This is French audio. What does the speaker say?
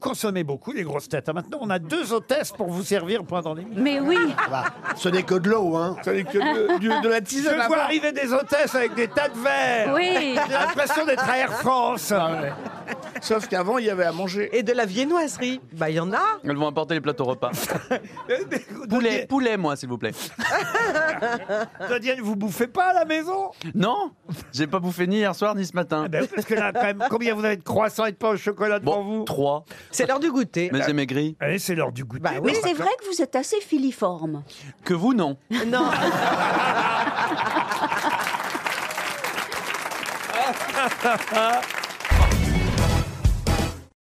consommez beaucoup, les grosses têtes. hein. Maintenant, on a deux hôtesses pour vous servir pendant l'émission. Mais oui, Ce n'est que de l'eau, hein. Ça n'est que de, du- de la tisane hein. Je à vois boire. arriver des hôtesses avec des tas de verres. oui. J'ai l'impression d'être à Air France. Sauf qu'avant, il y avait à manger. Et de la viennoiserie Bah, il y en a. Elles vont apporter les plateaux repas. Poulet, poulet, moi, s'il vous plaît. Dodiane, vous bouffez pas à la maison Non, j'ai pas bouffé ni hier soir ni ce matin. Ah ben oui, Parce que là, quand même, combien vous avez de croissants et de pain au chocolat devant Bon, vous trois. C'est l'heure du goûter. Mais j'ai maigri. Allez, c'est l'heure du goûter. Bah oui. Mais c'est vrai que vous êtes assez filiforme. Que vous, non. Non.